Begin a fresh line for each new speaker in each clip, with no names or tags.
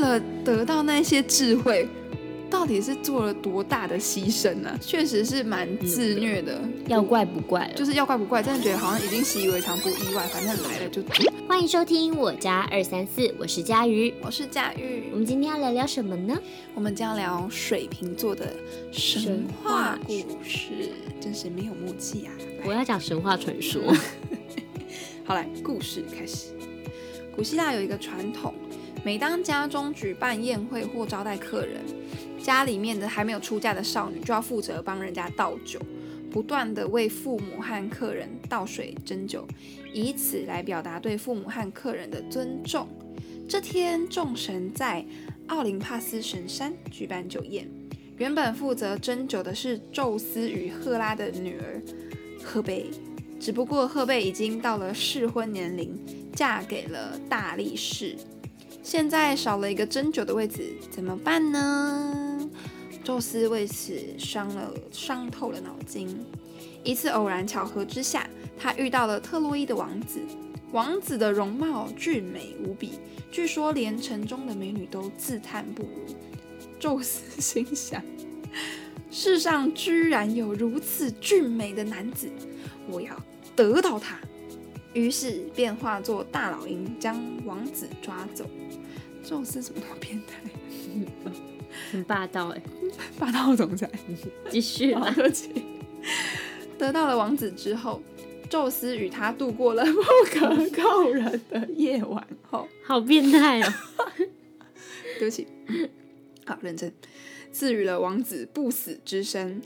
了得到那些智慧，到底是做了多大的牺牲呢、确实是蛮自虐的，嗯
要怪不怪了。
就是要怪不怪，真的觉得好像已经习以为常，不意外，反正来了就做。
欢迎收听我家二三四，我是佳瑜。
我是佳
我
玉，
们今天要聊聊什么呢？
我们将聊水瓶座的神话故事，真是没有默契啊！
我要讲神话传说。
好来，故事开始。古希腊有一个传统，每当家中举办宴会或招待客人，家里面的还没有出嫁的少女就要负责帮人家倒酒，不断的为父母和客人倒水斟酒，以此来表达对父母和客人的尊重。这天，众神在奥林帕斯神山举办酒宴。原本负责斟酒的是宙斯与赫拉的女儿赫贝，只不过赫贝已经到了适婚年龄，嫁给了大力士。现在少了一个斟酒的位置，怎么办呢？宙斯为此伤了伤透了脑筋。一次偶然巧合之下，他遇到了特洛伊的王子。王子的容貌俊美无比，据说连城中的美女都自叹不如。宙斯心想：世上居然有如此俊美的男子，我要得到他。于是便化作大老鹰将王子抓走。宙斯怎么那么变态？
很霸道哦哎、
霸道总裁。
继续
好
啦。
对不起。 得到了王子之后，宙斯与他度过了不可告人的夜晚后，
好变态 哦、
对不起，好认真，赐予了王子不死之身，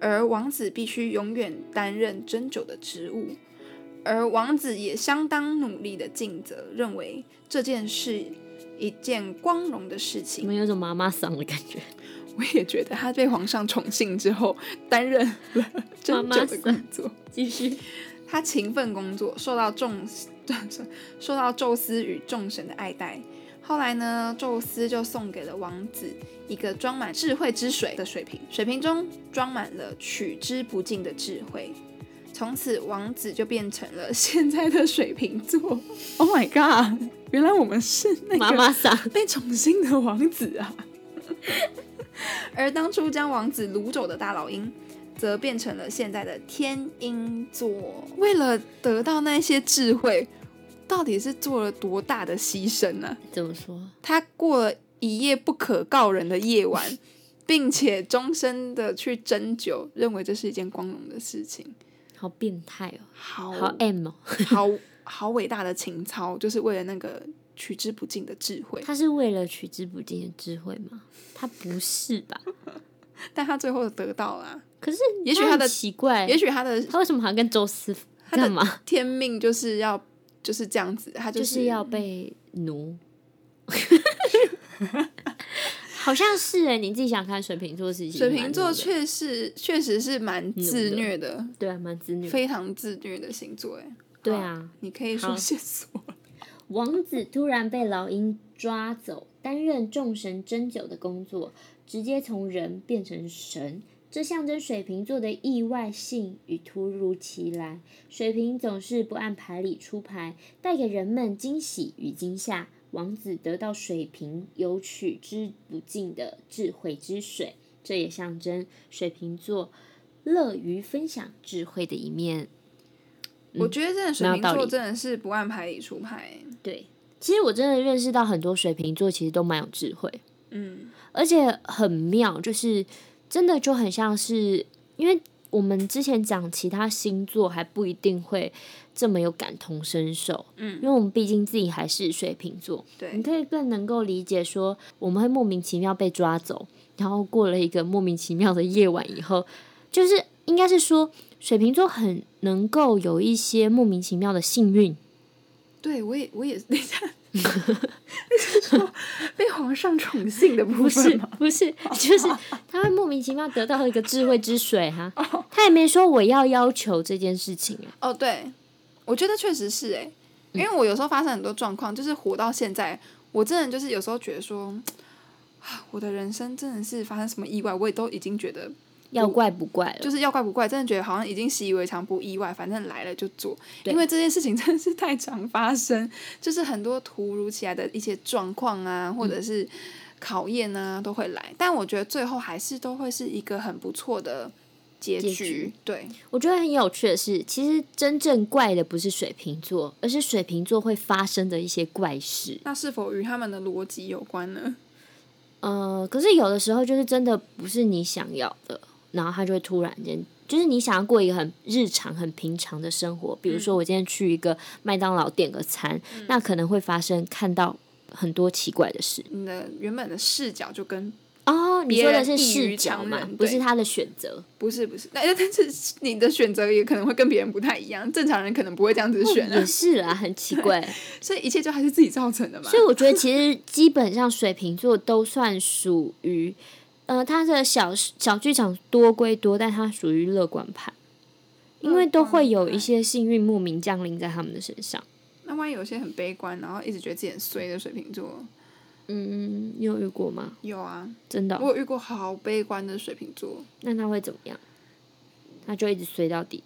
而王子必须永远担任斟酒的职务。而王子也相当努力的尽责，认为这件事一件光荣的事
你
情。
们有种妈妈桑的感觉。
我也觉得他被皇上宠幸之后，担任了斟酒的工作。
继续。
他勤奋工作，受到众 受到宙斯与众神的爱戴。后来呢，宙斯就送给了王子一个装满智慧之水的水瓶，水瓶中装满了取之不尽的智慧。从此，王子就变成了 现在的水瓶座。Oh my god！原来我们是那个
妈妈桑，
被宠幸的王子啊。 而当初将王子掳走的大老鹰，则变成了现在的天鹰座。为了得到那些智慧，到底是做了多大的牺牲呢、
怎么说？
他过了一夜不可告人的夜 晚，并且终身的去斟酒，认为这是一件光荣的事情。
好变态哦、
好哎
好 M 哦、
好好伟大的情操，就是为了那个取之不尽的智慧。
他是为了取之不尽的智慧吗？他不是吧？
但他最后得到啦、
可是
也许他的
很奇怪，欸
也许他的
他为什么还要跟宙斯
他的
干嘛？
天命就是要就是这样子，他、
就是是要被 奴。好像是哎、你自己想看水瓶座是
水瓶座
确
确实确实是蛮自虐的，
对啊，蛮子女。
非常自虐的星座哎。
对啊，
你可以说
好
线索。
王子突然被老鹰抓走，担任众神斟酒的工作，直接从人变成神。这象征水瓶座的意外性与突如其来。水瓶总是不按牌理出牌，带给人们惊喜与惊吓。王子得到水瓶有取之不尽的智慧之水，这也象征水瓶座乐于分享智慧的一面。嗯
我觉得真的水
蛮
瓶
有道理
座真的是不按牌理出牌，
对，其实我真的认识到很多水瓶座其实都蛮有智慧。
嗯，
而且很妙，就是真的就很像是，因为我们之前讲其他星座还不一定会这么有感同身受，
嗯
因为我们毕竟自己还是水瓶座，
对，
你可以更能够理解说我们会莫名其妙被抓走，然后过了一个莫名其妙的夜晚以后，就是应该是说水瓶座很能够有一些莫名其妙的幸运，
对我也 我也等一下， 你是说被皇上宠幸的部
不
分
是
吗？
不是，就是他会莫名其妙得到一个智慧之水哈、他也没说我要要求这件事情啊，
哦，对，我觉得确实是哎，因为我有时候发生很多状况，就是活到现在，我真的就是有时候觉得说，啊，我的人生真的是发生什么意外，我也都已经觉得
要怪不怪了，
就是要怪不怪，真的觉得好像已经习以为常，不意外，反正来了就做。
对
因为这件事情 真的是太常发生，就是很多突如其来的一些状况啊，或
嗯
者是考验啊，都会来。但我觉得最后还是都会是一个很不错的结局。
结局
对，
我觉得很有趣的是，其实真正怪的不是水瓶座，而是水瓶座会发生的一些怪事。
那是否与他们的逻辑有关呢？
呃，可是有的时候就是真的不是你想要的，然后他就会突然间，就是你想要过一个很日常、很平常的生活，比如说我今天去一个麦当劳点个餐，那可能会发生看到很多奇怪的事。
你的原本的视角就跟
哦，你
别
说的
人
是
异于
视角
常
嘛
人，
不是
对
他的选择。
不是不是， 那但是你的选择也可能会跟别人不太一样，正常人可能不会这样子选、
哦嗯也
啊，
是啦，很奇怪。
所以一切就还 是自己造成的嘛。
所以我觉得其实基本上水瓶座都算属于，呃，他的小小剧场多归多，但他属于乐观派，因为都会有一些幸运莫名降临在他们的身上。
那万一有些很悲观，然后一直觉得自己很衰的水瓶座，
嗯，你有遇过吗？
有啊，
真的哦、
我有遇过好悲观的水瓶座，
那他会怎么样？他就一直 衰到底，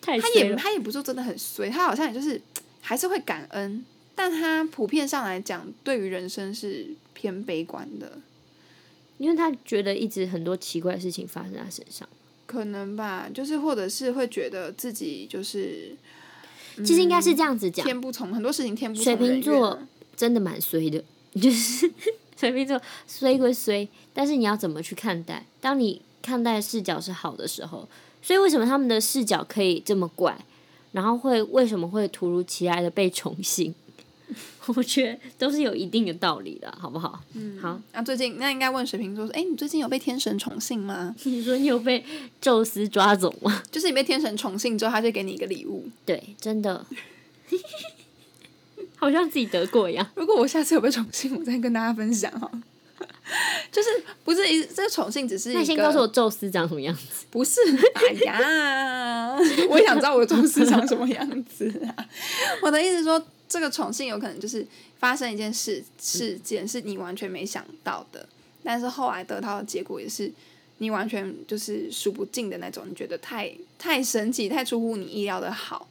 太
他
衰
也
了。
他也不是说真的很衰，他好像也就是还是会感恩，但他普遍上来讲，对于人生是偏悲观的，
因为他觉得一直很多奇怪的事情发生在他身上。
可能吧，就是或者是会觉得自己就是嗯
其实应该是这样子讲，
天不从很多事情天不从
水
人
瓶
愿
座
啊
真的蛮衰的， 就是水瓶座衰归衰，但是你要怎么去看待？当你看待的视角是好的时候，所以为什么他们的视角可以这么怪，然后会为什么会突如其来的被宠幸？ 我觉得都是有一定的道理的，好不好？嗯，好。
那最近那应该问水瓶座说，哎、你最近有被天神宠幸吗？
你说你有被宙斯抓走吗？
就是你被天神宠幸之后，他就给你一个礼物。
对，真的， 好像自己得过一样。
如果我下次有被宠幸，我再跟大家分享哈。 就是不是一这个宠幸只是一个
那你先告诉我宙斯长什么样子？
不是，哎呀， 我也想知道我的中市长什么样子 啊！我的意思是说，这个宠幸有可能就是发生一件事事件，是你完全没想到的，但是后来得到的结果也是你完全就是数不尽的那种，你觉得太太神奇、太出乎你意料的好，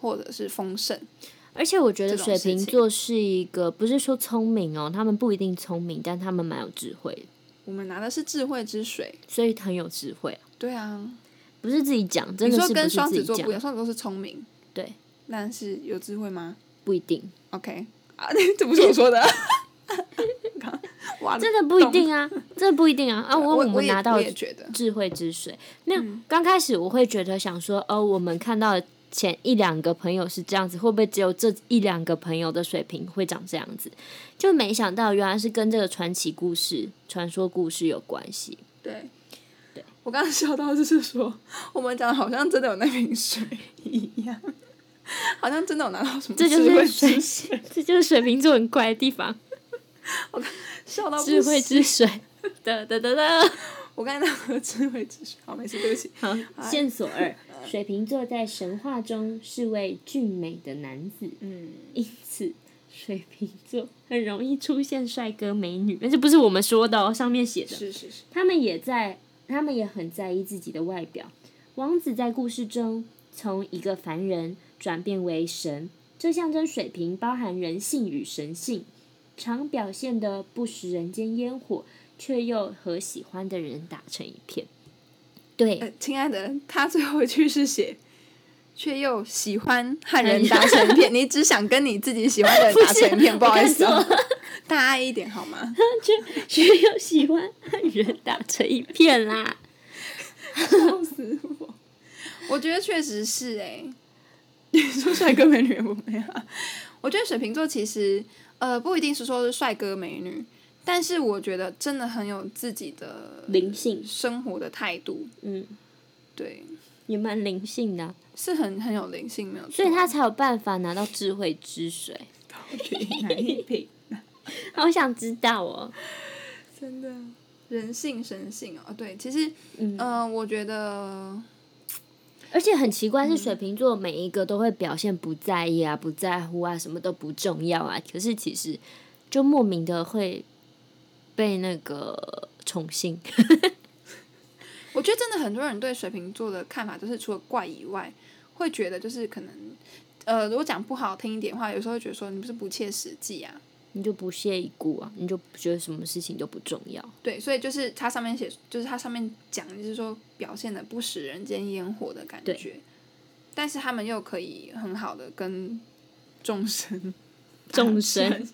或者是丰盛。
而且我觉得
这种
水
事情
瓶座是一个，不是说聪明哦，他们不一定聪明，但他们蛮有智慧的，
我们拿的是智慧之水，
所以很有智慧啊、
对啊，
不是自己讲，真
你
的
说
是不
跟
是
双
自
子
己
座不一样，
讲，
双子座是聪明，
对，
但是有智慧吗
不一定，
？OK，啊， 这不是我 说的。哇，
真的不一定啊， 真的不一定啊啊！我
我
们
也
拿到
我也嗯觉得，
智慧之水，没有，刚开始我会觉得想说，哦，我们看到的前一两个朋友是这样子，会不会只有这一两个朋友的水平会长这样子？就没想到原来是跟这个传奇故事、传说故事有关 系。
对，
对
我刚刚笑到就是说，我们讲的好像真的有那瓶水一样， 好像真的有拿到什么
这就
智慧
是水
之水，
这就是水瓶座很怪的地方，
笑到不
智慧
行
之水。 得得得得，
我刚才那喝智慧之水，好，没事，对不起。
好。线索二，水瓶座在神话中是位俊美的男子，
嗯，
因此水瓶座很容易出现帅哥美女，但这不是我们说的哦，上面写的。
是是是，
他们也在，他们也很在意自己的外表。王子在故事中从一个凡人转变为神，这象征水平包含人性与神性，常表现的不食人间烟火，却又和喜欢的人打成一片。对，
呃，亲爱的，他最后一句是写。却又喜欢和
哎
人打成一片，你只想跟你自己喜欢的 人打成一片，不好意思、
我
哦
看错，
大爱一点好吗？
却 却又喜欢和人打成一片啦。
笑死我！我觉得确实是哎、 你说帅哥美女也不美 啊？我觉得水瓶座其实呃不一定是说是帅哥美女，但是我觉得真的很有自己的
灵性，
生活的态度，
嗯，
对，
也蛮灵性的啊、
是很很有灵性，没有错。
所以他才有办法拿到智慧之 水。
哪一瓶？
好想知道哦，
真的人性神性哦，对，其实
嗯
嗯、呃我觉得
而且很奇怪，
嗯
是水瓶座每一个都会表现不在意啊、不在乎啊、什么都不重要啊，可是其实就莫名的会被那个宠幸，
我觉得真的很多人对水瓶座的看法，就是除了怪以外，会觉得就是可能，呃，如果讲不好听一点的话，有时候会觉得说你不是不切实际啊。
你就不屑一顾啊，你就觉得什么事情都不重要。
对，所以就是它上面写，就是它上面讲，就是说表现的不食人间烟火的感觉，但是他们又可以很好的跟众生
众生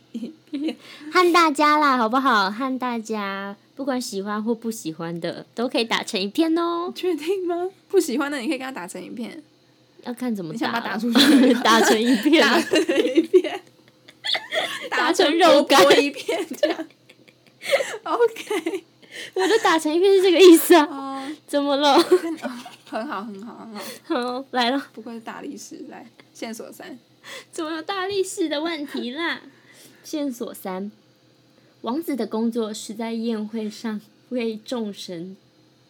和大家啦，好不好？和大家，不管喜欢或不喜欢的，都可以打成一片哦。
确定吗？不喜欢的你可以跟他打成一片，
要看怎么
你想把它打
打哦
出去
打成一片啊
打，成一片，
打成肉干
打成一片这样。OK，
我的打成一片是这个意思啊？
哦，
怎么了？
很好，很好，很好，
好，来了，
不愧是大力士。来，线索三，
怎么有大力士的问题啦？ 线索三，王子的工作是在宴会上为众神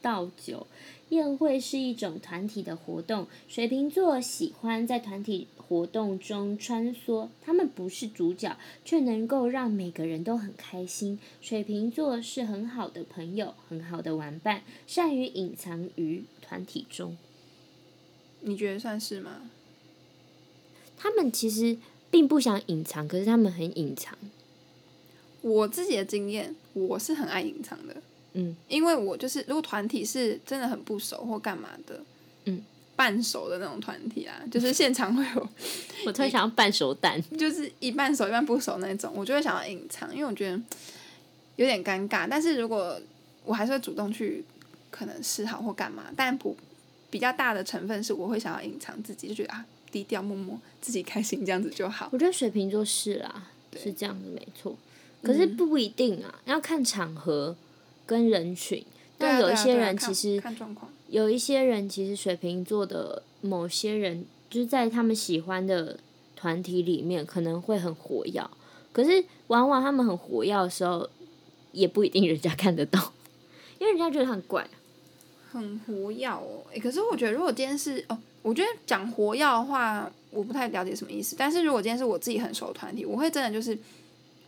倒酒。宴会是一种团体的活动，水瓶座喜欢在团体活动中穿梭，他们不是主角，却能够让每个人都很开心。水瓶座是很好的朋友，很好的玩伴，善于隐藏于团体中。
你觉得算是吗？
他们其实并不想隐藏，可是他们很隐藏。
我自己的经验，我是很爱隐藏的。
嗯，
因为我就是如果团体是真的很不熟或干嘛的，
嗯，
半熟的那种团体啊，就是现场会有，
我突然想要半熟蛋，
就是一半熟一半不熟那种，我就会想要隐藏，因为我觉得有点尴尬。但是如果我还是会主动去可能示好或干嘛，但不比较大的成分是我会想要隐藏自己，就觉得啊低调默默自己开心这样子就好。
我觉得水瓶座是啦，
对
是这样子没错。可是不一定啊，要看场合跟人群。
对啊
那有
对
一
啊
些
对啊
人
看
其实，
看状况，
有一些人其实水瓶座的某些人，就是在他们喜欢的团体里面可能会很火药，可是往往他们很火药的时候，也不一定人家看得到，因为人家觉得他很怪。
很活跃哦、诶可是我觉得如果今天是哦，我觉得讲活跃的话，我不太了解什么意思。但是如果今天是我自己很熟的团体，我会真的就是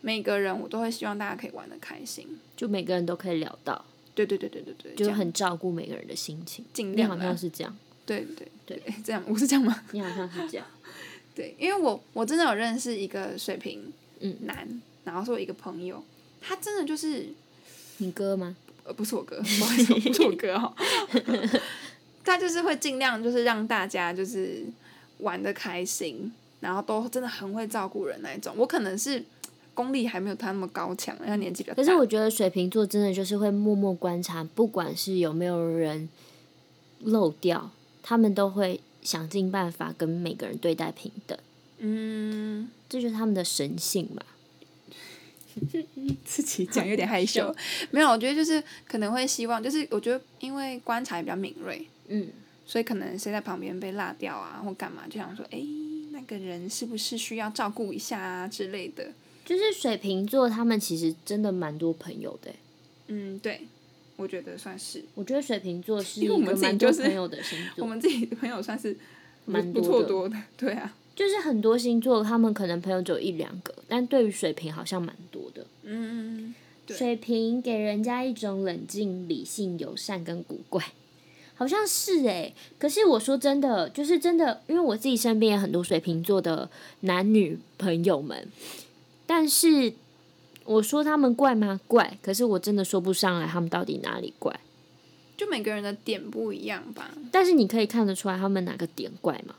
每个人我都会希望大家可以玩的开心。
就每个人都可以聊到，
对对对对对对，
就
这样
很照顾每个人的心情。
尽
你好
量啦
像。是这样，
对对
对
对， 这样我是这样吗？
你好像是这样。
对，因为我我真的有认识一个水瓶
嗯
男，然后是我一个朋友，他真的就是
你哥吗？
呃，不是我哥， 不好意思，不是我哥 哈、他就是会尽量就是让大家就是玩的开心，然后都真的很会照顾人那一种。我可能是功力还没有他那么高强，因为他年纪比较大。
可是我觉得水瓶座真的就是会默默观察，不管是有没有人漏掉，他们都会想尽办法跟每个人对待平等，
嗯，
这就是他们的神性吧。
自己讲有点害羞。没有，我觉得就是可能会希望，就是我觉得因为观察也比较敏锐，
嗯，
所以可能谁在旁边被落掉啊，或干嘛，就想说，诶，那个人是不是需要照顾一下啊之类的。
就是水瓶座他们其实真的蛮多朋友的欸。
嗯，对，我觉得算是。
我觉得水瓶座是一
因为我们
个
自己
蛮多
就是
朋友的星
我
座，
们自己的朋友算是不
蛮
不
多
错
的
多的，对啊，
就是很多星座他们可能朋友只有一两个，但对于水瓶好像蛮多的。
嗯，对
水瓶给人家一种冷静、理性、友善跟古怪，好像是诶、可是我说真的，就是真的，因为我自己身边也很多水瓶座的男女朋友们，但是我说他们怪吗？怪，可是我真的说不上来他们到底哪里怪。
就每个人的点不一样吧。
但是你可以看得出来他们哪个点怪吗？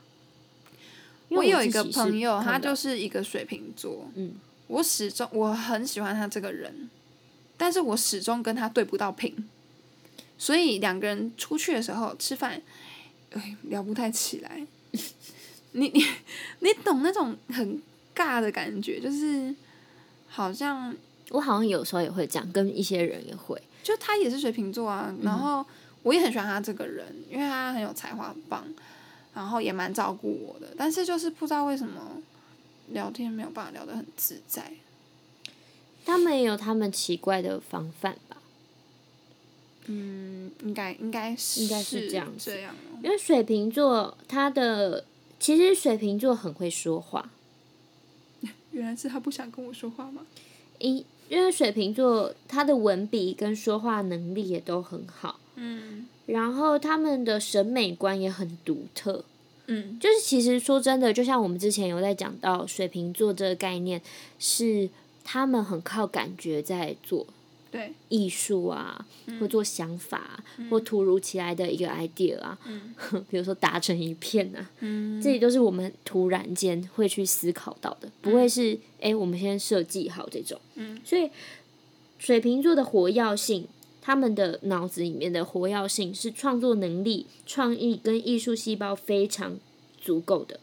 因为
有一
自
个
己是
朋友，
看
他
得
就是一个水瓶座，
嗯，
我始终我很喜欢他这个人，但是我始终跟他对不到频，所以两个人出去的时候吃饭，哎，聊不太起来。 你你你懂那种很尬的感觉，就是好像
我好像有时候也会这样，跟一些人也会。
就他也是水瓶座啊，
嗯
然后我也很喜欢他这个人，因为他很有才华，很棒，然后也蛮照顾我的，但是就是不知道为什么聊天没有办法聊得很自在，
他们也有他们奇怪的防范吧，
嗯，应该应该是
应该是这
这
样子
样哦
因为水瓶座他的其实水瓶座很会说话，
原来是他不想跟我说话吗？
因因为水瓶座他的文笔跟说话能力也都很好，
嗯，
然后他们的审美观也很独特。
嗯
就是其实说真的，就像我们之前有在讲到水瓶座这个概念，是他们很靠感觉在做
对，嗯
艺术啊，或做想法、啊，或突如其来的一个 idea 啊，
嗯
比如说打成一片啊，
嗯，
这些都是我们突然间会去思考到的，不会是哎、诶我们先设计好这种。
嗯，
所以水瓶座的活跃性，他们的脑子里面的活跃性是创作能力、创意跟艺术细胞非常足够的。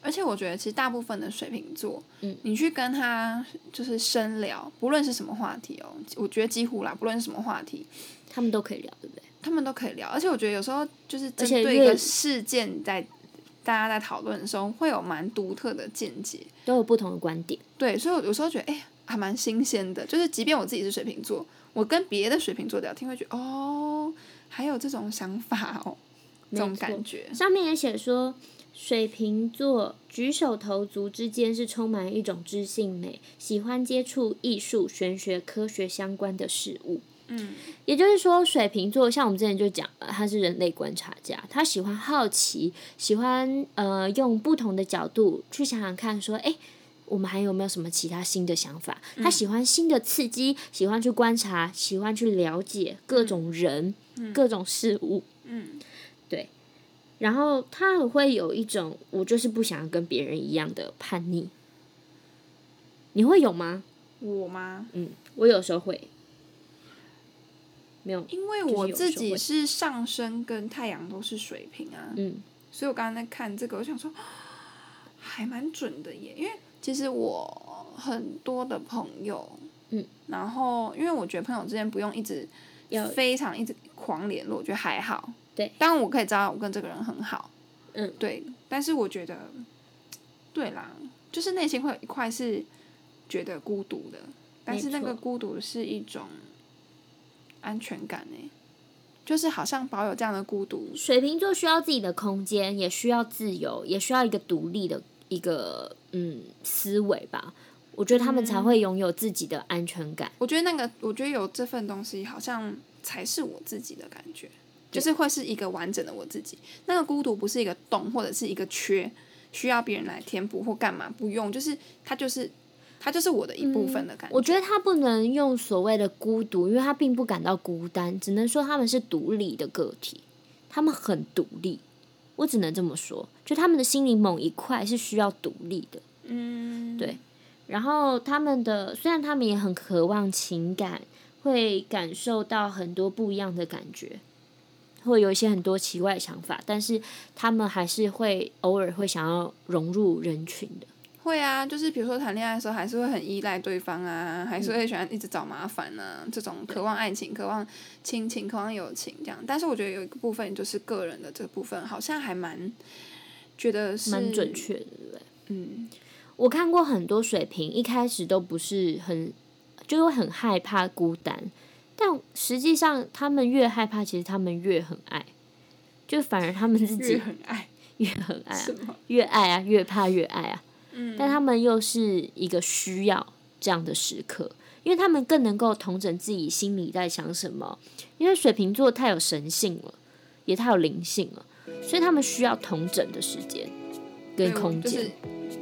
而且我觉得其实大部分的水瓶座，
嗯
你去跟他就是深聊，不论是什么话题哦，我觉得几乎啦，不论是什么话题，
他们都可以聊，对不对？
他们都可以聊。而且我觉得有时候就是针
且
对一
越
个事件在大家在讨论的时候，会有蛮独特的见解。
都有不同的观点。
对，所以我有时候觉得，哎、还蛮新鲜的。就是即便我自己是水瓶座，我跟别的水瓶座聊天，会觉得哦，还有这种想法哦，这
没
种
错
感觉。
上面也写说，水瓶座举手投足之间是充满一种知性美，喜欢接触艺术、玄学、科学相关的事物。
嗯
也就是说，水瓶座像我们之前就讲了，他是人类观察家，他喜欢好奇，喜欢呃用不同的角度去想想看，说，诶，我们还有没有什么其他新的想法？他喜欢新的刺激，喜欢去观察，喜欢去了解各种人、各种事物。
嗯
然后他很会有一种我就是不想要跟别人一样的叛逆。你会有吗？
我吗？
嗯，我有时候会，没有，
因为
就是
我
有
自
时候
己
会
是上升跟太阳都是水瓶啊，
嗯
所以我刚刚在看这个，我想说，还蛮准的耶。因为其实我很多的朋友，
嗯，
然后因为我觉得朋友之间不用一直
要
非常一直狂联络，我觉得还好。
对，
当然我可以知道我跟这个人很好，
嗯，
对，但是我觉得，对啦，就是内心会有一块是觉得孤独的，但是那个
没错
孤独是一种安全感诶、就是好像保有这样的孤独，
水瓶座需要自己的空间，也需要自由，也需要一个独立的一个嗯思维吧。我觉得他们才会拥有自己的安全感。
我觉得那个，我觉得有这份东西，好像才是我自己的感觉，就是会是一个完整的我自己。那个孤独不是一个洞或者是一个缺，需要别人来填补或干嘛，不用，就是它就是它就是我的一部分的感觉。
嗯我觉得他不能用所谓的孤独，因为他并不感到孤单，只能说他们是独立的个体，他们很独立。我只能这么说，就他们的心里某一块是需要独立的。
嗯，
对然后他们的虽然他们也很渴望情感，会感受到很多不一样的感觉，会有一些很多奇怪的想法，但是他们还是会偶尔会想要融入人群的。
会啊，就是比如说谈恋爱的时候，还是会很依赖对方啊，还
嗯
是会喜欢一直找麻烦啊，这种渴望爱情、渴望亲情、渴望友情这样。但是我觉得有一个部分就是个人的这部分，好像还蛮觉得是
蛮准，确的，对不对？
嗯。
我看过很多水瓶，一开始都不是很，就会很害怕孤单，但实际上他们越害怕，其实他们越很爱，就反而他们自
越
己
很爱，
越很爱、啊
什，么？
越爱啊，越怕越爱啊。
嗯，
但他们又是一个需要这样的时刻，因为他们更能够统整自己心里在想什么。因为水瓶座太有神性了，也太有灵性了，所以他们需要统整的时间
对
跟
我
空
就是
间，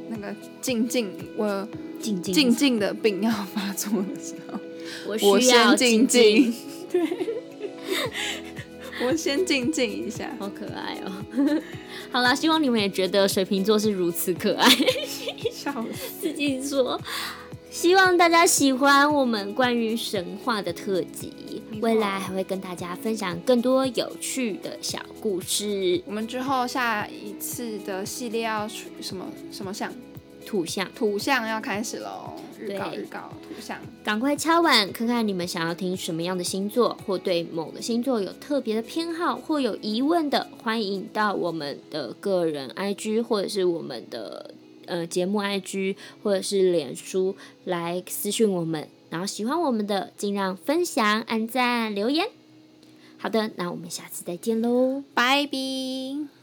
那个静静，我
静静
静静的病要发作的时候，
我
我
需要
先静
静
静，， 对，我先静静一下。
好可爱哦。 好啦，希望你们也觉得水瓶座是如此可爱。
笑死，
自己说。希望大家喜欢我们关于神话的特辑
没，错
未来还会跟大家分享更多有趣的小故事。
我们之后下一次的系列要出什么什么像
土象，
图像要开始喽，预
对
告预告图像。
赶快敲碗，看看你们想要听什么样的星座，或对某个星座有特别的偏好或有疑问的，欢迎到我们的个人 IG 或者是我们的呃节目 IG 或者是脸书来私讯我们。然后喜欢我们的，尽量分享、按赞、留言。好的，那我们下次再见喽。
拜拜。